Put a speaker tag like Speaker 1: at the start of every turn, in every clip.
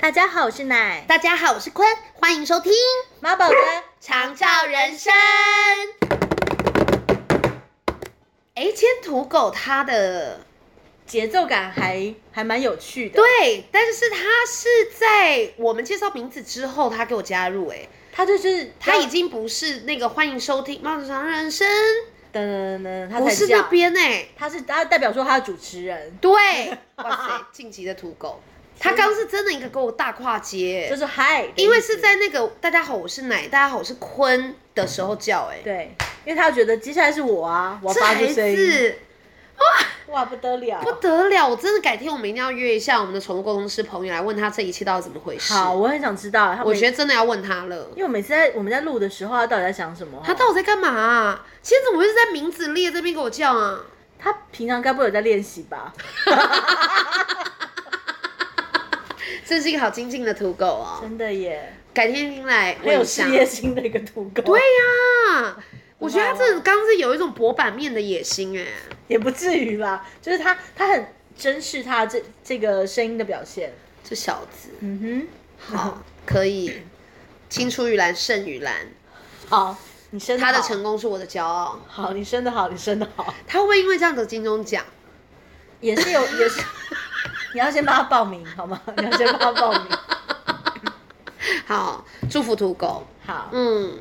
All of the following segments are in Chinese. Speaker 1: 大家好，我是奶
Speaker 2: 大家好，我是坤，欢迎收听《
Speaker 1: 妈宝的
Speaker 2: 长照人生》。哎，今天土狗它的
Speaker 1: 节奏感还还蛮有趣的。，
Speaker 2: 对，但是它是在我们介绍名字之后，它给我加入、哎，
Speaker 1: 他就是
Speaker 2: 它已经不是那个欢迎收听《妈的长照人生》，
Speaker 1: 噔噔噔，他
Speaker 2: 不
Speaker 1: 才
Speaker 2: 是
Speaker 1: 叫
Speaker 2: 那，边哎、
Speaker 1: 他是他代表说他的主持人，
Speaker 2: 对，哇塞，晋级的土 狗，它刚是真的一个给我大跨街、
Speaker 1: 就是嗨的意思，
Speaker 2: 因为是在那个大家好，我是奶，大家好，我是坤的时候叫、哎，
Speaker 1: 对，因为他觉得接下来是我啊，我要
Speaker 2: 这
Speaker 1: 发
Speaker 2: 孩
Speaker 1: 出声音，
Speaker 2: 子。
Speaker 1: 哇不得了，
Speaker 2: 不得了！我真的改天我们一定要约一下我们的宠物沟通师朋友来问他这一切到底怎么回事。
Speaker 1: 好，，哦我很想知道，他
Speaker 2: 我
Speaker 1: 每
Speaker 2: 觉得真的要问他了
Speaker 1: 因。为我每次在我们在录的时候，他到底在想什么？
Speaker 2: 他到底在干嘛、啊？今天怎么会是在名字列这边给我叫啊？
Speaker 1: 他平常该不会有在练习 吧？
Speaker 2: 真是一个好精进的土狗哦！
Speaker 1: 真的耶，
Speaker 2: 改天您来
Speaker 1: 很有
Speaker 2: 问一下
Speaker 1: 事。业心的一个土狗，
Speaker 2: 对呀、我觉得他这刚是有一种博版面的野心哎、
Speaker 1: 也不至于啦，就是他他很珍视他这这个声音的表现。
Speaker 2: 这小子
Speaker 1: 嗯
Speaker 2: 好可以。青出于蓝胜于蓝，
Speaker 1: 哼，好，你生得
Speaker 2: 他的
Speaker 1: 好
Speaker 2: 成功是我的骄傲。
Speaker 1: 好，你生的好，你生的好，
Speaker 2: 他会不会因为这样得金钟奖？
Speaker 1: 也是有 也是，你要先帮他报名好吗？ 你要先帮他报 名。
Speaker 2: 好，祝福土狗。
Speaker 1: 好，
Speaker 2: 嗯，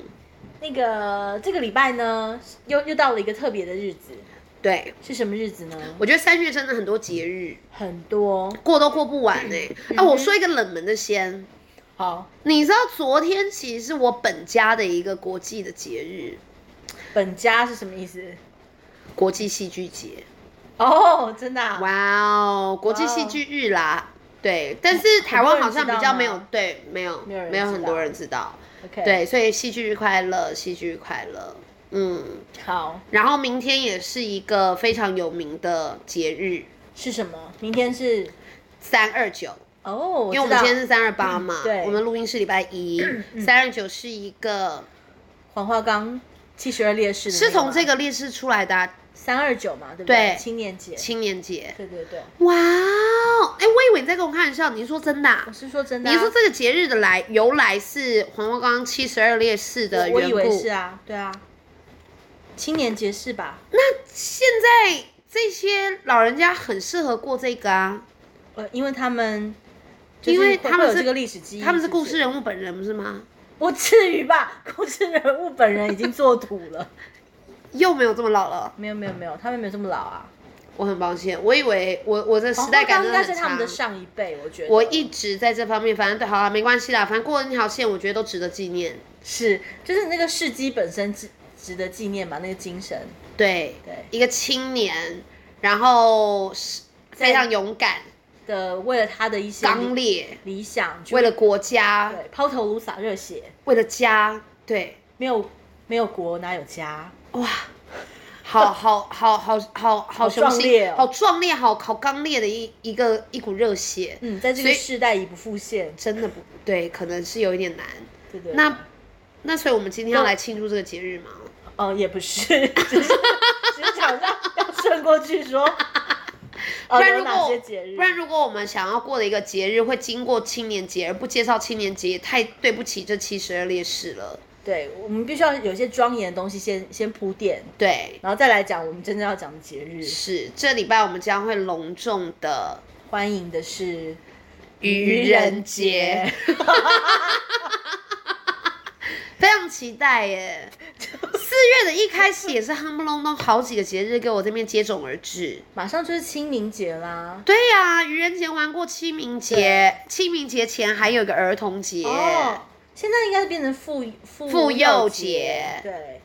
Speaker 1: 那个这个礼拜呢，又又到了一个特别的日子，
Speaker 2: 对，
Speaker 1: 是什么日子呢？
Speaker 2: 我觉得三月真的很多节日，
Speaker 1: 很多。
Speaker 2: 过都过不完哎、啊，我说一个冷门的先，
Speaker 1: 好，
Speaker 2: 你知道昨天其实是我本家的一个国际的节日，
Speaker 1: 本家是什么意思？
Speaker 2: 国际戏剧节。
Speaker 1: 哦，真的、啊。
Speaker 2: 哇哦，国际戏剧日啦。对，但是台湾好像比较没有
Speaker 1: 很，
Speaker 2: 对，没有，
Speaker 1: 没有人
Speaker 2: 没有
Speaker 1: 知
Speaker 2: 很
Speaker 1: 道
Speaker 2: 多人知道。
Speaker 1: OK，，
Speaker 2: 对，所以戏剧日快乐，戏剧日快乐。嗯，
Speaker 1: 好，
Speaker 2: 然后明天也是一个非常有名的节日，
Speaker 1: 是什么？明天是
Speaker 2: 三二九。
Speaker 1: 哦，
Speaker 2: 因为我
Speaker 1: 知
Speaker 2: 们
Speaker 1: 道嗯
Speaker 2: 今天是三二八嘛，
Speaker 1: 对嗯
Speaker 2: 我们录音是礼拜一，三二九是一个
Speaker 1: 黄花岗七十二烈士的那
Speaker 2: 是
Speaker 1: 吗，
Speaker 2: 从这个烈士出来的啊、
Speaker 1: 三二九嘛，对不
Speaker 2: 对
Speaker 1: 青年节，
Speaker 2: 青年节。
Speaker 1: 对对对，
Speaker 2: 哇哦，哎，我以为你在跟我开玩笑，你说真的啊、
Speaker 1: 我是说真的啊、
Speaker 2: 你说这个节日的来由来是黄花岗七十二烈士的
Speaker 1: 我
Speaker 2: 缘
Speaker 1: 以
Speaker 2: 故？
Speaker 1: 为是啊，对啊，青年节是吧？
Speaker 2: 现在这些老人家很适合过这个啊，
Speaker 1: 呃，因为他们就是
Speaker 2: 因
Speaker 1: 会
Speaker 2: 为他
Speaker 1: 会
Speaker 2: 们
Speaker 1: 有
Speaker 2: 是
Speaker 1: 这个历史记忆，
Speaker 2: 他们是故
Speaker 1: 不
Speaker 2: 事人物本人不是吗？
Speaker 1: 不至于吧？ 故事人物本人已经做土了，
Speaker 2: 又没有这么老了，
Speaker 1: 没有没有没有，他们没有这么老啊。
Speaker 2: 我很抱歉，我以为我我的时代
Speaker 1: 黄
Speaker 2: 感真
Speaker 1: 花岗
Speaker 2: 的
Speaker 1: 应该
Speaker 2: 很
Speaker 1: 是
Speaker 2: 强。
Speaker 1: 哦他们的上一辈，我觉得
Speaker 2: 我一直在这方面，反正对，好了，没关系啦，反正过了那条线，我觉得都值得纪念。
Speaker 1: 是就是那个事迹本身值值得纪念嘛，那个精神。
Speaker 2: 对，
Speaker 1: 对
Speaker 2: 一个青年，然后是非常勇敢、
Speaker 1: 的，为了他的一些
Speaker 2: 刚烈，
Speaker 1: 理想，去
Speaker 2: 为了国家，
Speaker 1: 对抛头颅洒热血，
Speaker 2: 为了家，对，
Speaker 1: 没有没有国哪有家？
Speaker 2: 哇，好好好好好好雄
Speaker 1: 壮烈
Speaker 2: 心
Speaker 1: 哦，
Speaker 2: 好壮烈，好好刚烈的一一个一股热血，
Speaker 1: 嗯，在这
Speaker 2: 所
Speaker 1: 个
Speaker 2: 以
Speaker 1: 世代已不复现，
Speaker 2: 真的不对，可能是有一点难。
Speaker 1: 对对。
Speaker 2: 那那所以我们今天要来庆祝这个节日吗？
Speaker 1: 哦，也不是，只是只是想要要顺过去说，
Speaker 2: 不
Speaker 1: 哦，
Speaker 2: 然
Speaker 1: 有
Speaker 2: 如
Speaker 1: 哪
Speaker 2: 果
Speaker 1: 些节日
Speaker 2: 不？然如果我们想要过的一个节日会经过青年节，而不介绍青年节，也太对不起这七十二烈士了。
Speaker 1: 对，我们必须要有一些庄严的东西先先铺垫，
Speaker 2: 对，
Speaker 1: 然后再来讲我们真正要讲的节日。
Speaker 2: 是这礼拜我们将会隆重的
Speaker 1: 欢迎的是
Speaker 2: 愚人节，，非常期待 耶！四月的一开始也是夯不隆咚，好几个节日给我这边接踵而至。
Speaker 1: 马上就是清明节啦。
Speaker 2: 对呀、愚人节玩过清明节，清明节前还有一个儿童节。
Speaker 1: 哦，现在应该是变成妇妇
Speaker 2: 妇幼
Speaker 1: 幼
Speaker 2: 节
Speaker 1: 对，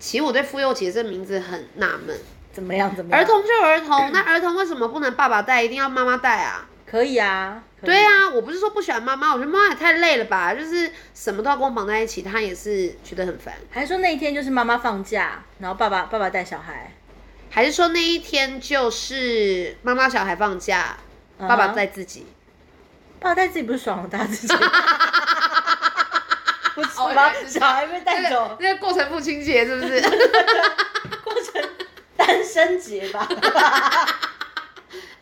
Speaker 2: 其实我对妇幼节这名字很纳闷，
Speaker 1: 怎么样？怎么样？
Speaker 2: 儿童就儿童，那儿童为什么不能爸爸带，一定要妈妈带啊？
Speaker 1: 可以啊，可以
Speaker 2: 对，啊，我不是说不喜欢妈妈，我觉得妈妈也太累了吧，就是什么都要跟我绑在一起，她也是觉得很烦。
Speaker 1: 还是说那一天就是妈妈放假，然后爸爸爸爸带小孩，嗯
Speaker 2: 还是说那一天就是妈妈小孩放假，爸爸
Speaker 1: 嗯
Speaker 2: 带自己？
Speaker 1: 爸爸带自己不是爽了他自 己，不是
Speaker 2: 哦原
Speaker 1: 吗
Speaker 2: 来？是这
Speaker 1: 小
Speaker 2: 样
Speaker 1: 孩被带走，
Speaker 2: 那个过程父亲节是不是？
Speaker 1: 过成单身节吧？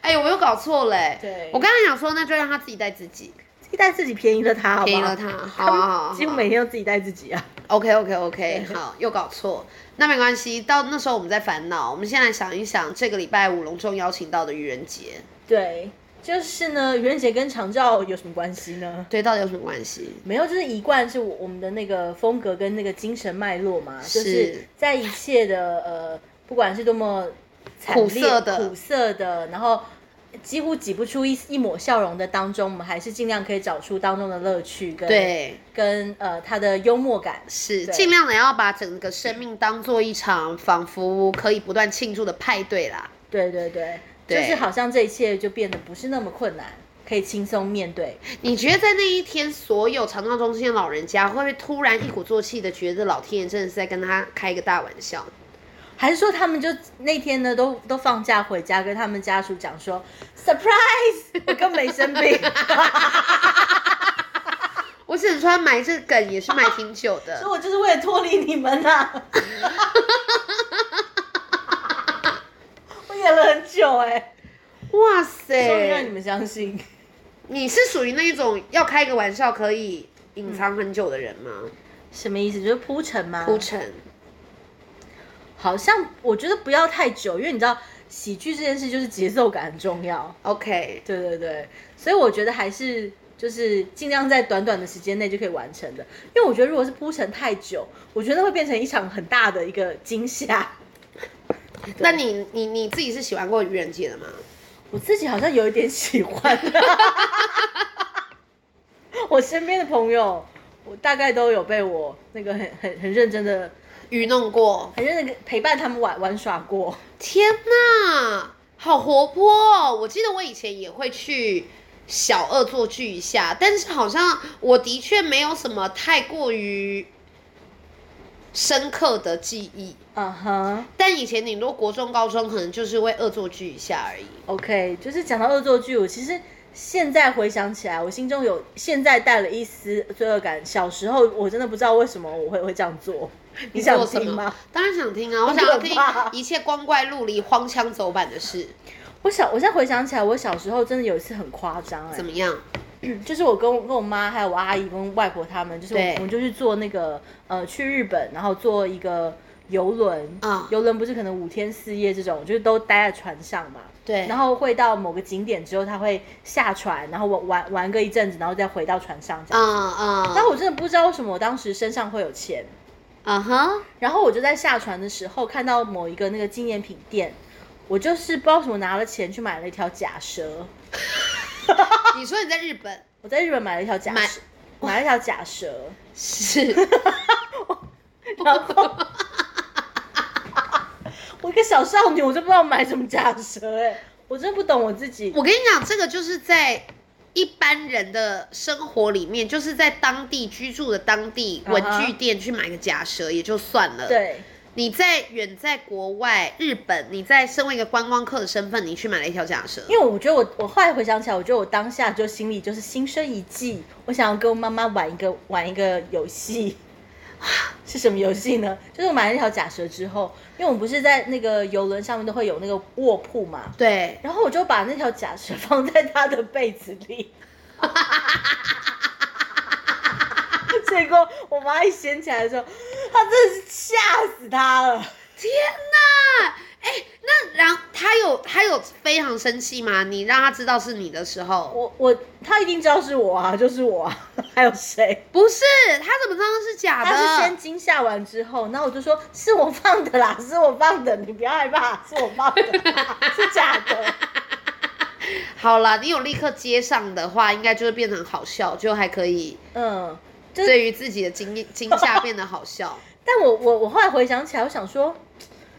Speaker 2: 哎、我又搞错了、欸。欸
Speaker 1: 对
Speaker 2: 我刚才想说，那就让他自己带自己。
Speaker 1: 这带自己便宜了他，好不好？
Speaker 2: 便宜了他，好啊好啊，
Speaker 1: 几乎每天都自己带自己啊。
Speaker 2: OK OK OK，好，又搞错，那没关系。到那时候我们再烦恼。我们先来想一想，这个礼拜五隆重邀请到的愚人节，
Speaker 1: 对，就是呢，愚人节跟长照有什么关系呢？
Speaker 2: 对，到底有什么关系？
Speaker 1: 没有，就是一贯是我我们的那个风格跟那个精神脉络嘛，就是
Speaker 2: 是
Speaker 1: 在一切的呃，不管是多么惨
Speaker 2: 苦
Speaker 1: 烈
Speaker 2: 涩的
Speaker 1: 苦涩的，然后几乎挤不出一一抹笑容的当中，我们还是尽量可以找出当中的乐趣跟
Speaker 2: 对，
Speaker 1: 跟呃他的幽默感。
Speaker 2: 是
Speaker 1: 对
Speaker 2: 尽量的要把整个生命当做一场仿佛可以不断庆祝的派对啦。
Speaker 1: 对对对，
Speaker 2: 对
Speaker 1: 就是好像这一切就变得不是那么困难，可以轻松面对。
Speaker 2: 你觉得在那一天，所有长照中心的老人家会不会突然一鼓作气的觉得老天爷真的是在跟他开一个大玩笑？
Speaker 1: 还是说他们就那天呢，都都放假回家，跟他们家属讲说，surprise，我根本没生病，
Speaker 2: 我只能说他埋这个梗也是埋挺久
Speaker 1: 所以
Speaker 2: 的。
Speaker 1: 我就是为了脱离你们啊呐、我演了很久哎、
Speaker 2: 哇
Speaker 1: 终于让你
Speaker 2: 塞，
Speaker 1: 们相信。
Speaker 2: 你是属于那一种要开一个玩笑可以隐藏很久的人吗？
Speaker 1: 什么意思？就是铺陈吗？
Speaker 2: 铺陈，
Speaker 1: 好像我觉得不要太久，因为你知道喜剧这件事就是节奏感很重要。
Speaker 2: OK，
Speaker 1: 对对对，所以我觉得还是就是尽量在短短的时间内就可以完成的，因为我觉得如果是铺陈太久，我觉得会变成一场很大的一个惊吓。
Speaker 2: 那你你你自己是喜欢过愚人节的吗？
Speaker 1: 我自己好像有一点喜欢， 我身边的朋友，我大概都有被我那个很很很认真的、
Speaker 2: 愚弄过？
Speaker 1: 很认真地陪伴他们玩玩耍过。
Speaker 2: 天呐，好活泼、哦！我记得我以前也会去小恶作剧一下，但是好像我的确没有什么太过于深刻的记忆。
Speaker 1: 嗯哼、
Speaker 2: 但以前你如果国中、高中，可能就是会恶作剧一下而已。
Speaker 1: o k 就是讲到恶作剧，我其实现在回想起来，我心中有现在带了一丝罪恶感。小时候我真的不知道为什么我会会这样做，你想
Speaker 2: 做什
Speaker 1: 听吗
Speaker 2: 么？？当然想听啊！我
Speaker 1: 很
Speaker 2: 想要听
Speaker 1: 可怕
Speaker 2: 一切光怪陆离、荒腔走板的 事，
Speaker 1: 我小我现在回想起来，我小时候真的有一次很夸张哎
Speaker 2: 怎，么样？
Speaker 1: 就是我跟我跟我妈还有我阿姨跟外婆他们，就是我
Speaker 2: 对
Speaker 1: 我们就去坐那个呃去日本，然后坐一个游轮
Speaker 2: 啊
Speaker 1: 游轮不是可能五天四夜这种，就是都待在船上嘛。
Speaker 2: 对
Speaker 1: 然后会到某个景点之后，他会下船，然后玩玩玩个一阵子，然后再回到船上这样。
Speaker 2: 嗯嗯，
Speaker 1: 但我真的不知道为什么我当时身上会有钱，
Speaker 2: 嗯哼，
Speaker 1: 然后我就在下船的时候看到某一个那个纪念品店，我就是不知道为什么拿了钱去买了一条假蛇。
Speaker 2: 你说你在日本
Speaker 1: 我在日本买了一条假
Speaker 2: 买
Speaker 1: 蛇，买了一条假蛇。
Speaker 2: 是？
Speaker 1: 然后 我一个小少女，我就不知道买什么假蛇哎、我真的不懂我自己。
Speaker 2: 我跟你讲，这个就是在一般人的生活里面，就是在当地居住的当地文具店去买个假蛇也就算了。，
Speaker 1: 嗯对
Speaker 2: 你在远在国外日本，你在身为一个观光客的身份，你去买了一条假蛇，
Speaker 1: 因为我觉得我我后来回想起来，我觉得我当下就心里就是心生一计，我想要跟我妈妈玩一个玩一个游戏。 是什么游戏呢？就是我买了一条假蛇之后，因为我们不是在那个游轮上面都会有那个卧铺嘛，
Speaker 2: 对，
Speaker 1: 然后我就把那条假蛇放在他的被子里， 结果我妈一掀起来的时候，她真的是吓死她了。
Speaker 2: 天哪！哎、那然后他有他有非常生气吗？你让他知道是你的时候，
Speaker 1: 我我她一定知道是我啊，就是我啊， 还有谁？
Speaker 2: 不是他怎么知道那是假的？
Speaker 1: 她是先惊吓完之后，然后我就说是我放的啦，是我放的，你不要害怕，是我放的，是假的。
Speaker 2: 好啦，你有立刻接上的话，应该就会变成好笑，就还可以
Speaker 1: 嗯，就是
Speaker 2: 对于自己的惊惊吓变得好 笑。
Speaker 1: 但我我我后来回想起来，我想说，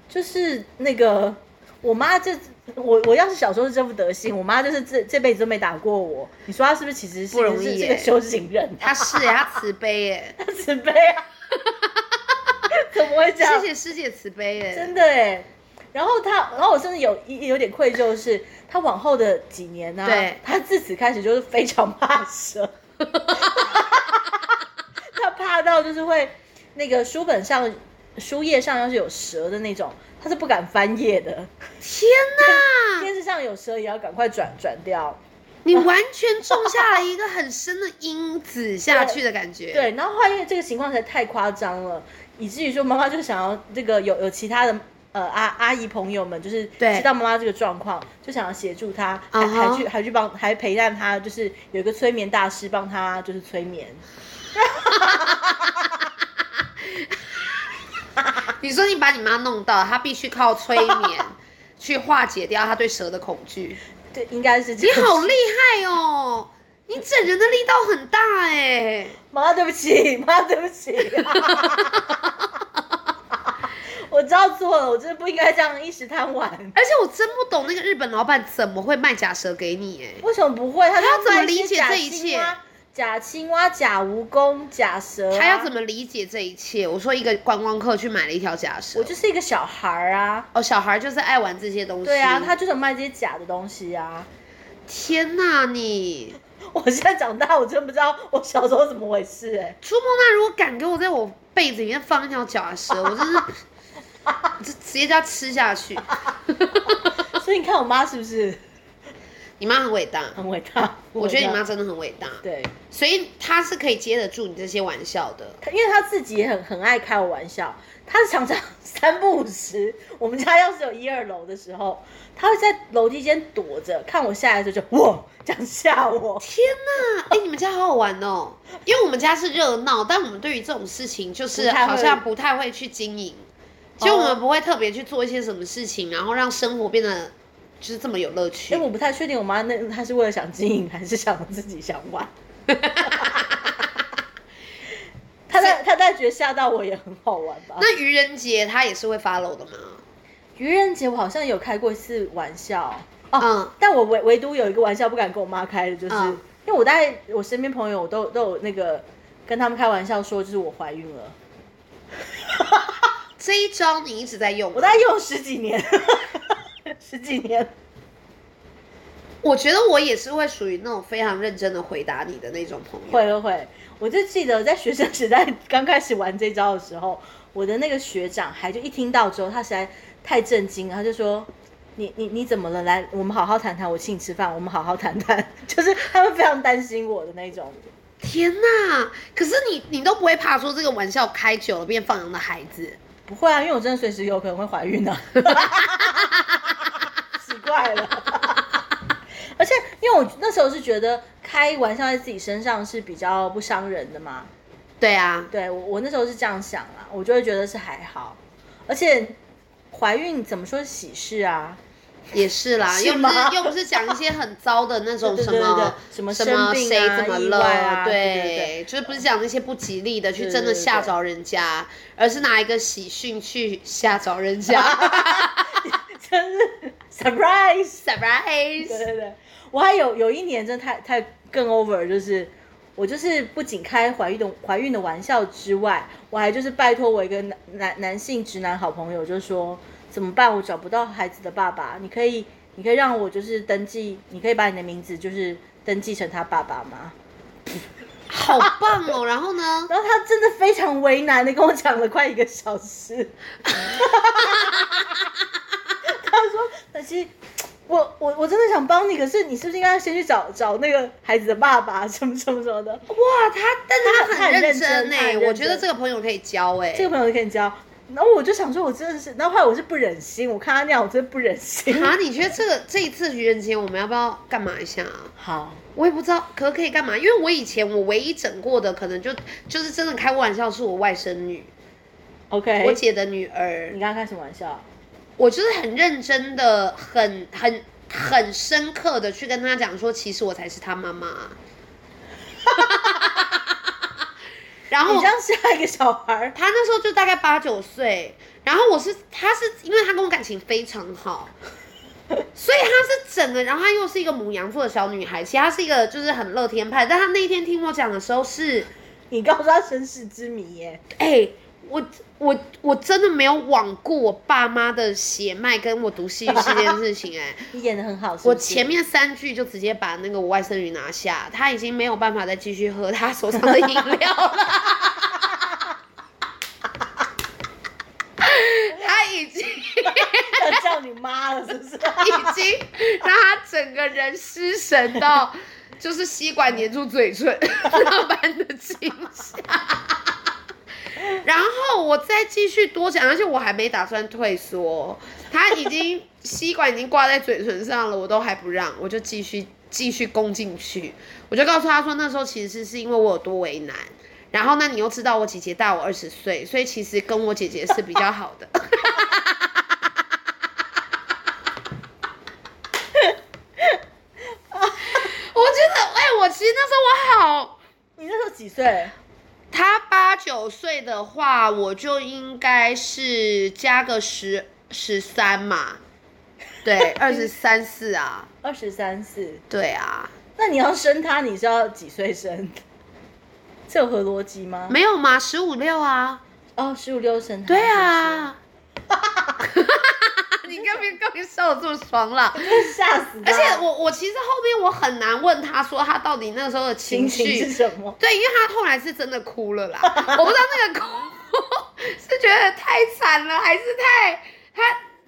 Speaker 1: 就是那个我妈这我我要是小时候是这副德行，我妈就是这这辈子都没打过我。你说她是不是其实是
Speaker 2: 不容易
Speaker 1: 是
Speaker 2: 耶
Speaker 1: 是个修行人、啊？
Speaker 2: 他是耶他慈悲耶，
Speaker 1: 她慈悲啊，怎么会 这样？
Speaker 2: 谢谢师姐慈悲耶。
Speaker 1: 真的哎。然后她，然后我甚至有一有点愧疚是，她往后的几年呢、
Speaker 2: 对
Speaker 1: 她自此开始就是非常怕蛇， 她怕到就是会那个书本上书页上要是有蛇的那种，她是不敢翻页的，
Speaker 2: 天哪！
Speaker 1: 电视上有蛇也要赶快转转掉。
Speaker 2: 你完全种下了一个很深的因子下去的感觉。
Speaker 1: 对，然后后来因为这个情况实在太夸张了，以至于说妈妈就想要这个有有其他的呃阿阿姨朋友们，就是
Speaker 2: 对
Speaker 1: 知道妈妈这个状况，就想要协助她，还、
Speaker 2: 嗯哼
Speaker 1: 还去还去帮还陪伴她，就是有一个催眠大师帮她就是催眠，
Speaker 2: 你说你把你妈弄到，她必须靠 催眠去化解掉她对蛇的恐惧。
Speaker 1: 对，应该是这
Speaker 2: 你
Speaker 1: 样
Speaker 2: 好厉害哦，你整人的力道很大哎。
Speaker 1: 妈妈对不起， 妈妈对不起，我知道错了，我真的不应该这样一时贪玩。
Speaker 2: 而且我真不懂那个日本老板怎么会卖假蛇给你哎。
Speaker 1: 为什么不会？他就
Speaker 2: 他要怎么
Speaker 1: 卖些
Speaker 2: 理解
Speaker 1: 假
Speaker 2: 这一
Speaker 1: 青
Speaker 2: 切
Speaker 1: 蛙？假青蛙、假蜈蚣、假蛇、啊
Speaker 2: 他要怎
Speaker 1: 么？
Speaker 2: 么理解这一切？我说一个观光客去买了一条假蛇，
Speaker 1: 我就是一个小孩儿啊。
Speaker 2: 哦，小孩就是爱玩这些东西。
Speaker 1: 对啊，他就想卖这些假的东西啊！
Speaker 2: 天哪你！
Speaker 1: 我现在长大，我真不知道我小时候怎么回事 哎、
Speaker 2: 朱梦娜如果敢给我在我被子里面放一条假蛇，我真是 就直接叫她吃下去。
Speaker 1: 所以你看我妈是不是
Speaker 2: 你妈很伟大，
Speaker 1: 很伟大？
Speaker 2: 我觉得你妈
Speaker 1: 很伟
Speaker 2: 真的很伟大，
Speaker 1: 大对，
Speaker 2: 所以她是可以接得住你这些玩笑的。
Speaker 1: 她因为她自己也很很爱开我玩笑，她常常三不五时， 我们家要是有一二楼的时候，她会在楼梯间躲着，看我下来的时候就哇这样吓我。
Speaker 2: 天哪！哎、你们家好好玩哦，因为我们家是热闹，但我们对于这种事情就是
Speaker 1: 不太会哦
Speaker 2: 好像不太会去经营，就我们不会特别去做一些什么事情，然后让生活变得就是这么有乐趣
Speaker 1: 因哎为。我不太确定我妈那她是为了想经营，还是想自己想玩。 她在她在觉得吓到我也很好玩吧。
Speaker 2: 那愚人节他也是会 follow 的吗？
Speaker 1: 愚人节我好像有开过一次玩笑哦，
Speaker 2: 嗯
Speaker 1: 但我唯唯独有一个玩笑不敢跟我妈开的，就是、
Speaker 2: 嗯
Speaker 1: 因为我大概我身边朋友我都都有那个跟他们开玩笑说，就是我怀孕了，
Speaker 2: 这一招你一直在用吗，
Speaker 1: 我大概用了十几年， 十几年。
Speaker 2: 我觉得我也是会属于那种非常认真的回答你的那种朋友。
Speaker 1: 会会会，我就记得在学生时代刚开始玩这招的时候，我的那个学长还就一听到之后，他实在太震惊了，他就说：“你你你怎么了？来，我们好好谈谈，我请你吃饭，我们好好谈谈。” 就是他们非常担心我的那种。
Speaker 2: 天哪！可是你你都不会怕说这个玩笑开久了变放羊的孩子，
Speaker 1: 不会啊，因为我真的随时有可能会怀孕啊， 奇怪了。 而且，因为我那时候是觉得开玩笑在自己身上是比较不伤人的嘛，
Speaker 2: 对啊，
Speaker 1: 对我，我那时候是这样想啦，我就会觉得是还好，而且怀孕怎么说是喜事啊？
Speaker 2: 也是啦，
Speaker 1: 是
Speaker 2: 又不
Speaker 1: 吗
Speaker 2: 是又不是讲一些很糟的那种
Speaker 1: 对
Speaker 2: 什
Speaker 1: 对对对
Speaker 2: 么
Speaker 1: 什么
Speaker 2: 什
Speaker 1: 生
Speaker 2: 么
Speaker 1: 病
Speaker 2: 谁
Speaker 1: 啊
Speaker 2: 怎么
Speaker 1: 意
Speaker 2: 了，
Speaker 1: 外啊对对对
Speaker 2: 就是不是讲那些不吉利的去
Speaker 1: 对
Speaker 2: 真的
Speaker 1: 对对
Speaker 2: 吓
Speaker 1: 对
Speaker 2: 着人家，而是拿一个喜讯去吓着 人家
Speaker 1: 真是 surprise！对
Speaker 2: ，surprise，
Speaker 1: 对对，我还有有一年真的太太更 over，就是我就是不仅开怀孕的怀孕的玩笑之外，我还就是拜托我一个男男男性直男好朋友，就说怎么办？我找不到孩子的爸爸，你可以你可以让我就是登记，你可以把你的名字就是登记成他爸爸吗？
Speaker 2: 好棒哦。然后呢，
Speaker 1: 然后他真的非常为难的跟我讲了快一个小 时，他说：“可惜我我我真的想帮你，可是你是不是应该先去找找那个孩子的爸爸什么什么什么的
Speaker 2: 哇，他但是
Speaker 1: 他
Speaker 2: 他
Speaker 1: 他很
Speaker 2: 很认
Speaker 1: 认真欸
Speaker 2: 真
Speaker 1: 他
Speaker 2: 哎，
Speaker 1: 很
Speaker 2: 我
Speaker 1: 认
Speaker 2: 觉得
Speaker 1: 真
Speaker 2: 这个朋友可以交？”哎，
Speaker 1: 这个朋友就跟你交，然后我就想说，我真的是，然后后来我是不忍心，我看他那样，我真的不忍心。
Speaker 2: 啊，你觉得这个这一次愚人节我们要不要干嘛一下啊？
Speaker 1: 好，
Speaker 2: 我也不知道可不可以干嘛，因为我以前我唯一整过的可能就就是真的开玩笑是我外甥女，
Speaker 1: ，OK，
Speaker 2: 我姐的女儿
Speaker 1: 你，刚刚开什么玩笑？
Speaker 2: 我就是很认真的、很很很深刻的去跟她讲说，其实我才是她妈妈。 然
Speaker 1: 你
Speaker 2: 后
Speaker 1: 这样吓一个小孩儿，
Speaker 2: 他那时候就大概八九岁，然后我是他是因为他跟我感情非常好，所以他是整个，然后他又是一个母羊座的小女孩，其实她是一个就是很乐天派，但她那一天听我讲的时候是，
Speaker 1: 你告诉他身世之谜耶，
Speaker 2: 哎、我我我真的没有罔顾我爸妈的血脉跟我读戏剧系这件事情、哎，
Speaker 1: 你演的很好，是不
Speaker 2: 我
Speaker 1: 是，
Speaker 2: 前面三句就直接把那个我外甥女拿下，她已经没有办法再继续喝她手上的饮料了。 她已经
Speaker 1: 想叫你妈了，是不是？
Speaker 2: 已经让他整个人失神 到，就是吸管粘住嘴唇 那般的惊吓。然后我再继续多讲，而且我还没打算退缩，他已经吸管已经挂在嘴唇上了，我都还不让，我就继续继续攻进去。我就告诉他说，那时候其实是因为我有多为难。然后呢，你又知道我姐姐大我二十岁，所以其实跟我姐姐是比较好的。 我觉得，哎、我其实那时候我好，
Speaker 1: 你那时候几岁？
Speaker 2: 他八九岁的话，我就应该是加个十十三嘛， 对，二十三四啊，
Speaker 1: 二十三四。
Speaker 2: 对啊，
Speaker 1: 那你要生他，你是要几岁生？这有合逻辑吗？
Speaker 2: 没有嘛，十五六啊，
Speaker 1: 哦，十五六生他。
Speaker 2: 对，啊， 你干嘛干嘛笑的这么爽朗？
Speaker 1: 啊吓死他！
Speaker 2: 而且我我其实后面我很难问他说他到底那时候的
Speaker 1: 心
Speaker 2: 情
Speaker 1: 情
Speaker 2: 绪
Speaker 1: 是什么？
Speaker 2: 对，因为他后来是真的哭了啦，我不知道那个哭是觉得太惨了，还是太他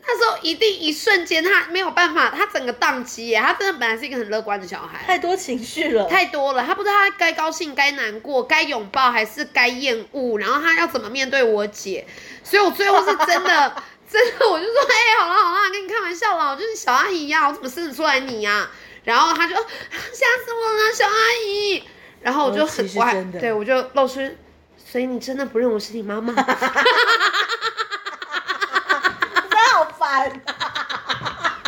Speaker 2: 那时候一定一瞬间他没有办法，他整个宕机耶，他真的本来是一个很乐观的小孩。
Speaker 1: 太多情绪了，
Speaker 2: 太多了，他不知道他该高兴、该难过、该拥抱还是该厌恶，然后他要怎么面对我姐，所以我最后是真 的，真的我就说，哎、好了好了，跟你开玩笑啦，我就是小阿姨呀、我怎么生得出来你呀、然后他就啊吓死我了，小阿姨。然后我就
Speaker 1: 哦其
Speaker 2: 很
Speaker 1: 实
Speaker 2: 乖，
Speaker 1: 真的
Speaker 2: 对我就露出，所以你真的不认我是你 妈妈？
Speaker 1: 真的好烦 啊！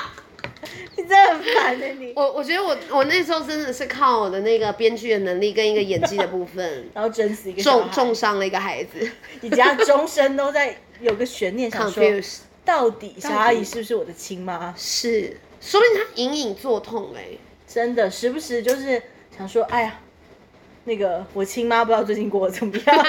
Speaker 1: 你真的很烦的、你。，
Speaker 2: 我我觉得我我那时候真的是靠我的那个编剧的能力跟一个演技的部分
Speaker 1: 然后整 死一个小
Speaker 2: 重
Speaker 1: 孩，
Speaker 2: 重伤了一个孩子
Speaker 1: 以及他终身都在有个悬念，想说
Speaker 2: ，confused
Speaker 1: 到底小阿姨是不是我的亲妈？
Speaker 2: 是，说不定他隐隐作痛哎、
Speaker 1: 真的，时不时就是想说，哎呀，那个我亲妈不知道最近过得怎么样。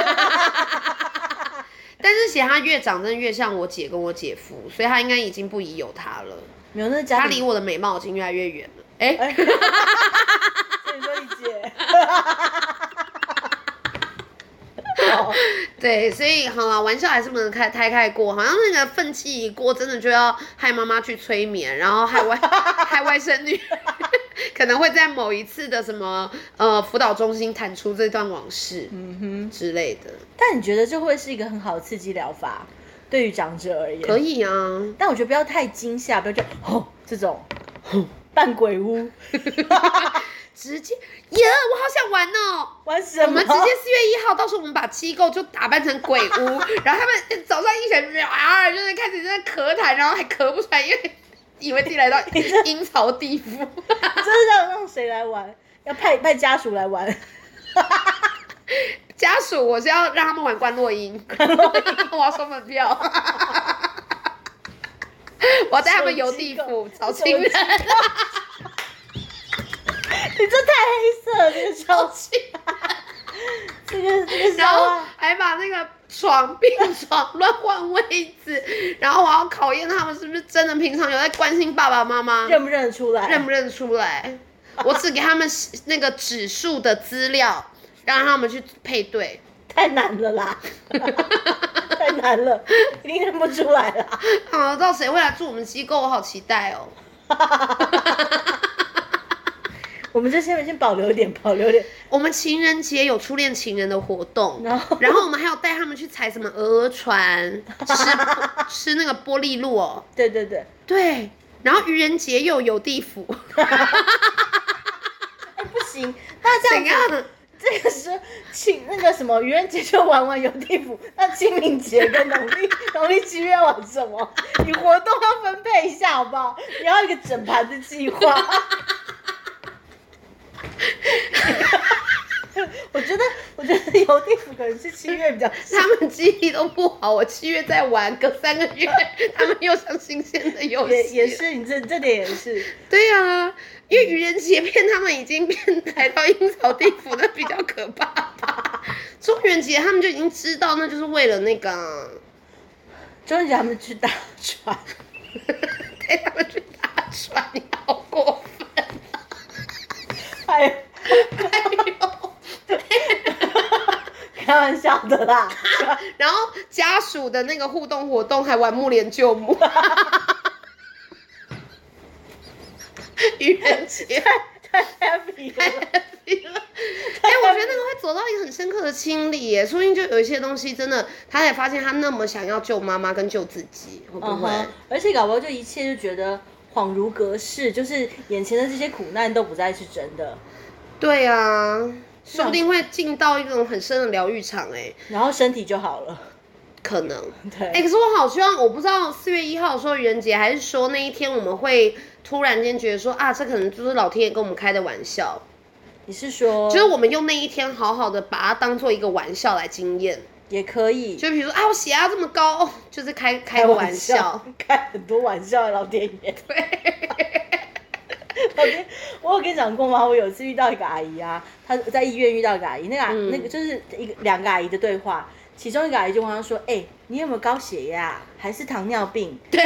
Speaker 2: 但是其实他越长，真的越像我姐跟我姐夫，所以他应该已经不疑有他了。
Speaker 1: 没有，那家
Speaker 2: 他
Speaker 1: 里
Speaker 2: 离我的美貌已经越来越远了。哎、
Speaker 1: 哎，所以说你姐，哎好
Speaker 2: 对，所以好了，玩笑还是不能开太开过。好像那个愤气一过，真的就要害妈妈去催眠，然后害外害外甥女， 可能会在某一次的什么呃辅导中心弹出这段往事
Speaker 1: 嗯哼。
Speaker 2: 之类的。
Speaker 1: 但你觉得这会是一个很好的刺激疗法，对于长者而言？
Speaker 2: 可以啊，
Speaker 1: 但我觉得不要太惊吓，不要就吼这种 吼扮鬼屋
Speaker 2: 直接耶我好想玩哦。
Speaker 1: 玩什么？
Speaker 2: 我们直接四月一号，到时候我们把机构就打扮成鬼 屋，然后他们早上一醒来，啊，就是开始在那咳痰，然后还咳不出来，因为以为自己 来到阴曹地府。
Speaker 1: 真的要让谁来玩？要派派家属来玩，
Speaker 2: 家属，我是要让他们玩关 洛音，我要收门票， 我要带他们游地府找亲人
Speaker 1: 手。机够你这太黑色了，这个消息，这个这个
Speaker 2: 然
Speaker 1: 消
Speaker 2: 后
Speaker 1: 啊，
Speaker 2: 还把那个床病床乱换位置，然后我要考验他们是不是真的平常有在关心爸爸妈妈。
Speaker 1: 认不认得出来？
Speaker 2: 认不认出来？我只给他们那个指数的资料，让他们去配对。
Speaker 1: 太难了 啦，太难了，一定认不出来 啦。
Speaker 2: 啊，到谁会来住我们机构？我好期待哦！
Speaker 1: 我们这些人先保留一点，保留一点。
Speaker 2: 我们情人节有初恋情人的活 动，
Speaker 1: 然后
Speaker 2: 然后我们还有带他们去踩什么鹅船，吃 吃那个玻璃路哦。
Speaker 1: 对对对，
Speaker 2: 对，然后愚人节又有地府，
Speaker 1: 哎不行，那这
Speaker 2: 怎
Speaker 1: 样子
Speaker 2: 样？
Speaker 1: 这个是清那个什么愚人节就玩玩游地府，那清明节跟农历农历七月要玩什么？ 你活动要分配一下好不好？你要一个整盘的计划。 我觉得，我觉得游地府可能是七月比较
Speaker 2: 他们记忆都不好，我七月再玩，隔三个月他们又上新鲜的游戏啊
Speaker 1: 也
Speaker 2: 了。
Speaker 1: 也是你这这点也是，
Speaker 2: 对呀、啊，因为愚人节骗他们已经变来到阴曹地府，那比较可怕吧。中元节他们就已经知道，那就是为了那个 啊
Speaker 1: 中元节他们去搭船，
Speaker 2: 带哎他们去搭船，你好过分！
Speaker 1: 哎呦， 开玩笑的啦。
Speaker 2: 然后家属的那个互动活动还玩木莲救母， 愚人节。
Speaker 1: 太 happy
Speaker 2: 哎、
Speaker 1: 了。
Speaker 2: 我觉得那个会走到一个很深刻的清理耶，说不定就有一些东西真的，他才发现他那么想要救妈妈跟救自己，会不
Speaker 1: 嗯
Speaker 2: 会？
Speaker 1: 哼，而且搞不好就一切就觉得恍如隔世，就是眼前的这些苦难都不再是真的。
Speaker 2: 对啊，说不定会进到一种很深的疗愈场哎，
Speaker 1: 然后身体就好了。
Speaker 2: 可能。
Speaker 1: 对，
Speaker 2: 哎、可是我好希望，我不知道四月一号的时候愚人节，还是说那一天我们会突然间觉得说啊，这可能就是老天爷跟我们开的玩笑，
Speaker 1: 你是说
Speaker 2: 就是我们用那一天好好的把它当做一个玩笑来经验。
Speaker 1: 也可以
Speaker 2: 就比如说啊，我血压这么高，哦就是开开个玩笑。，
Speaker 1: 开很多玩笑，老天爷。老天， 我有跟你讲过吗？我有一次遇到一个阿姨啊，她在医院遇到一个阿姨，那个、阿
Speaker 2: 嗯
Speaker 1: 那个就是一个两个阿姨的对话，其中一个阿姨就问她说：“哎、你有没有高血压？还是糖尿病？”
Speaker 2: 对，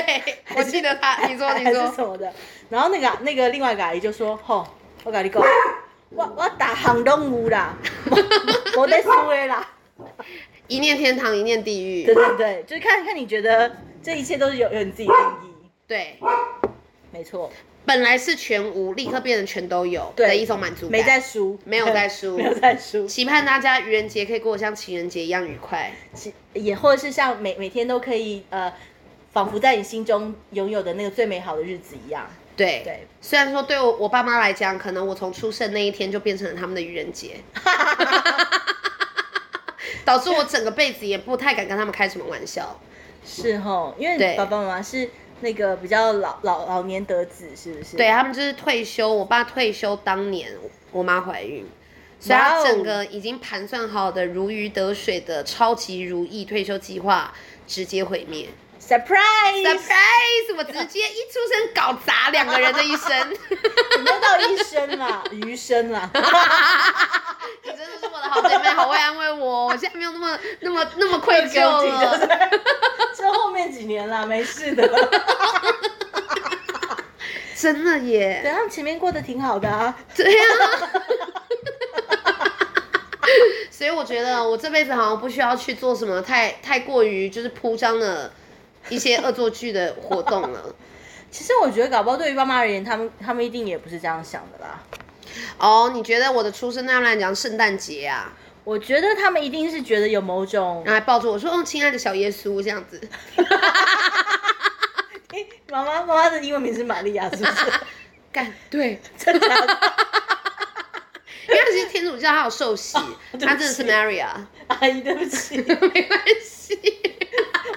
Speaker 2: 我记得他，你说你
Speaker 1: 还是
Speaker 2: 说，
Speaker 1: 什么的。然后那个那个另外一个阿姨就说：“吼，我跟你讲，我我打行拢有啦， 我我在输的啦。
Speaker 2: 一念天堂，一念地”
Speaker 1: 对
Speaker 2: 狱。
Speaker 1: 对对，就是看看你觉得这一切都是有有你自己定义，
Speaker 2: 对，
Speaker 1: 没错，
Speaker 2: 本来是全无，立刻变成全都有
Speaker 1: 对
Speaker 2: 的一种满足感。
Speaker 1: 没在输，
Speaker 2: 没有在 输
Speaker 1: 没有在输，
Speaker 2: 期盼大家愚人节可以过得像情人节一样愉快。
Speaker 1: 其也或者是像每每天都可以呃，仿佛在你心中拥有的那个最美好的日子一样。
Speaker 2: 对，
Speaker 1: 对，
Speaker 2: 虽然说对我我爸妈来讲，可能我从出生那一天就变成了他们的愚 人节， 导致我整个辈子也不太敢跟他们开什么玩笑。
Speaker 1: 是吼，因
Speaker 2: 对
Speaker 1: 为爸爸妈妈是那个比较老老老年得子，是不是？
Speaker 2: 对啊他们就是退休，我爸退休当年，我妈怀孕，所以
Speaker 1: 哇
Speaker 2: 他
Speaker 1: 哦
Speaker 2: 整个已经盘算好的如鱼得水的超级如意退休计划直接毁灭。
Speaker 1: ，surprise，
Speaker 2: surprise！我直接一出生搞砸两个人的一生，
Speaker 1: 没有到一生啦，余生啊啦。
Speaker 2: 你真的是我的好姐妹，好会安慰我。我现在没有那么那么那么愧疚了。
Speaker 1: 就后面几年啦，没事 的。
Speaker 2: 真的
Speaker 1: 对
Speaker 2: 耶，
Speaker 1: 他们前面过得挺好的啊，
Speaker 2: 对呀、所以我觉得我这辈子好像不需要去做什么太太过于就是铺张的一些恶作剧的活动了。
Speaker 1: 其实我觉得搞不好对于爸妈而言，他们他们一定也不是这样想的啦。
Speaker 2: 哦，你觉得我的出生那来讲圣诞节啊，
Speaker 1: 我觉得他们一定是觉得有某种
Speaker 2: 然后还抱着我说：“哦，亲爱的小耶稣，这样子。
Speaker 1: 诶妈妈妈妈的英文名是玛利亚，是不 是？”
Speaker 2: 干对，
Speaker 1: 真的假的
Speaker 2: 因为他是天主教，他有 受洗，他
Speaker 1: 起
Speaker 2: 真的是 Maria，
Speaker 1: 阿姨，对不起，
Speaker 2: 没关系，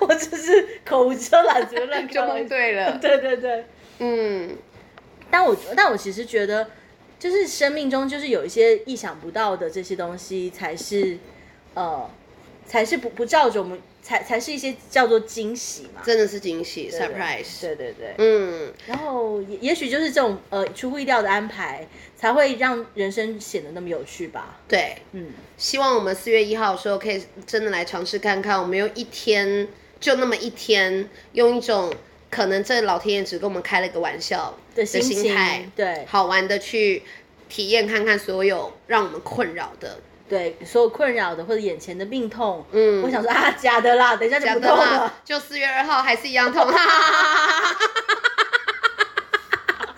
Speaker 1: 我只是口无遮拦，只是乱
Speaker 2: 就
Speaker 1: 开玩
Speaker 2: 蒙
Speaker 1: 笑。
Speaker 2: 对了。
Speaker 1: 对对对，
Speaker 2: 嗯，
Speaker 1: 但我但我其实觉得，就是生命中就是有一些意想不到的这些东西，才是呃，才是不不照着我们，才才是一些叫做惊喜嘛。
Speaker 2: 真的是惊喜
Speaker 1: 对对
Speaker 2: surprise。
Speaker 1: 对对对。
Speaker 2: 嗯，
Speaker 1: 然后也也许就是这种呃出乎意料的安排，才会让人生显得那么有趣吧。
Speaker 2: 对。
Speaker 1: 嗯，
Speaker 2: 希望我们四月一号的时候可以真的来尝试看看，我们用一天，就那么一天，用一种可能这老天爷只跟我们开了个玩笑
Speaker 1: 的心情
Speaker 2: 心态，
Speaker 1: 对
Speaker 2: 好玩的去体验看看所有让我们困扰的，
Speaker 1: 对，所有困扰的或者眼前的病痛，
Speaker 2: 嗯
Speaker 1: 我想说啊，假的啦，等一下就
Speaker 2: 假
Speaker 1: 不
Speaker 2: 的
Speaker 1: 痛
Speaker 2: 啦
Speaker 1: 了。，
Speaker 2: 就四月二号还是一样 痛，哈哈哈哈哈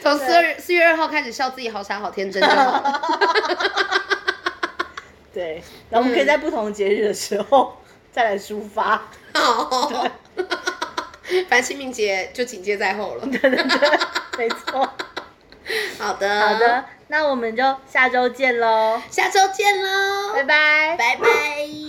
Speaker 2: 从四月四月二号开始笑自己好傻好天真就好 了。
Speaker 1: 对，然后我们可以
Speaker 2: 嗯
Speaker 1: 在不同节日的时候 再来抒发。
Speaker 2: 哦， 反正清明节就紧接在后了。
Speaker 1: 对对对， 没错。
Speaker 2: 好的，
Speaker 1: 好的，，那我们就下周见喽，
Speaker 2: 下周见喽，
Speaker 1: 拜拜。
Speaker 2: 拜拜。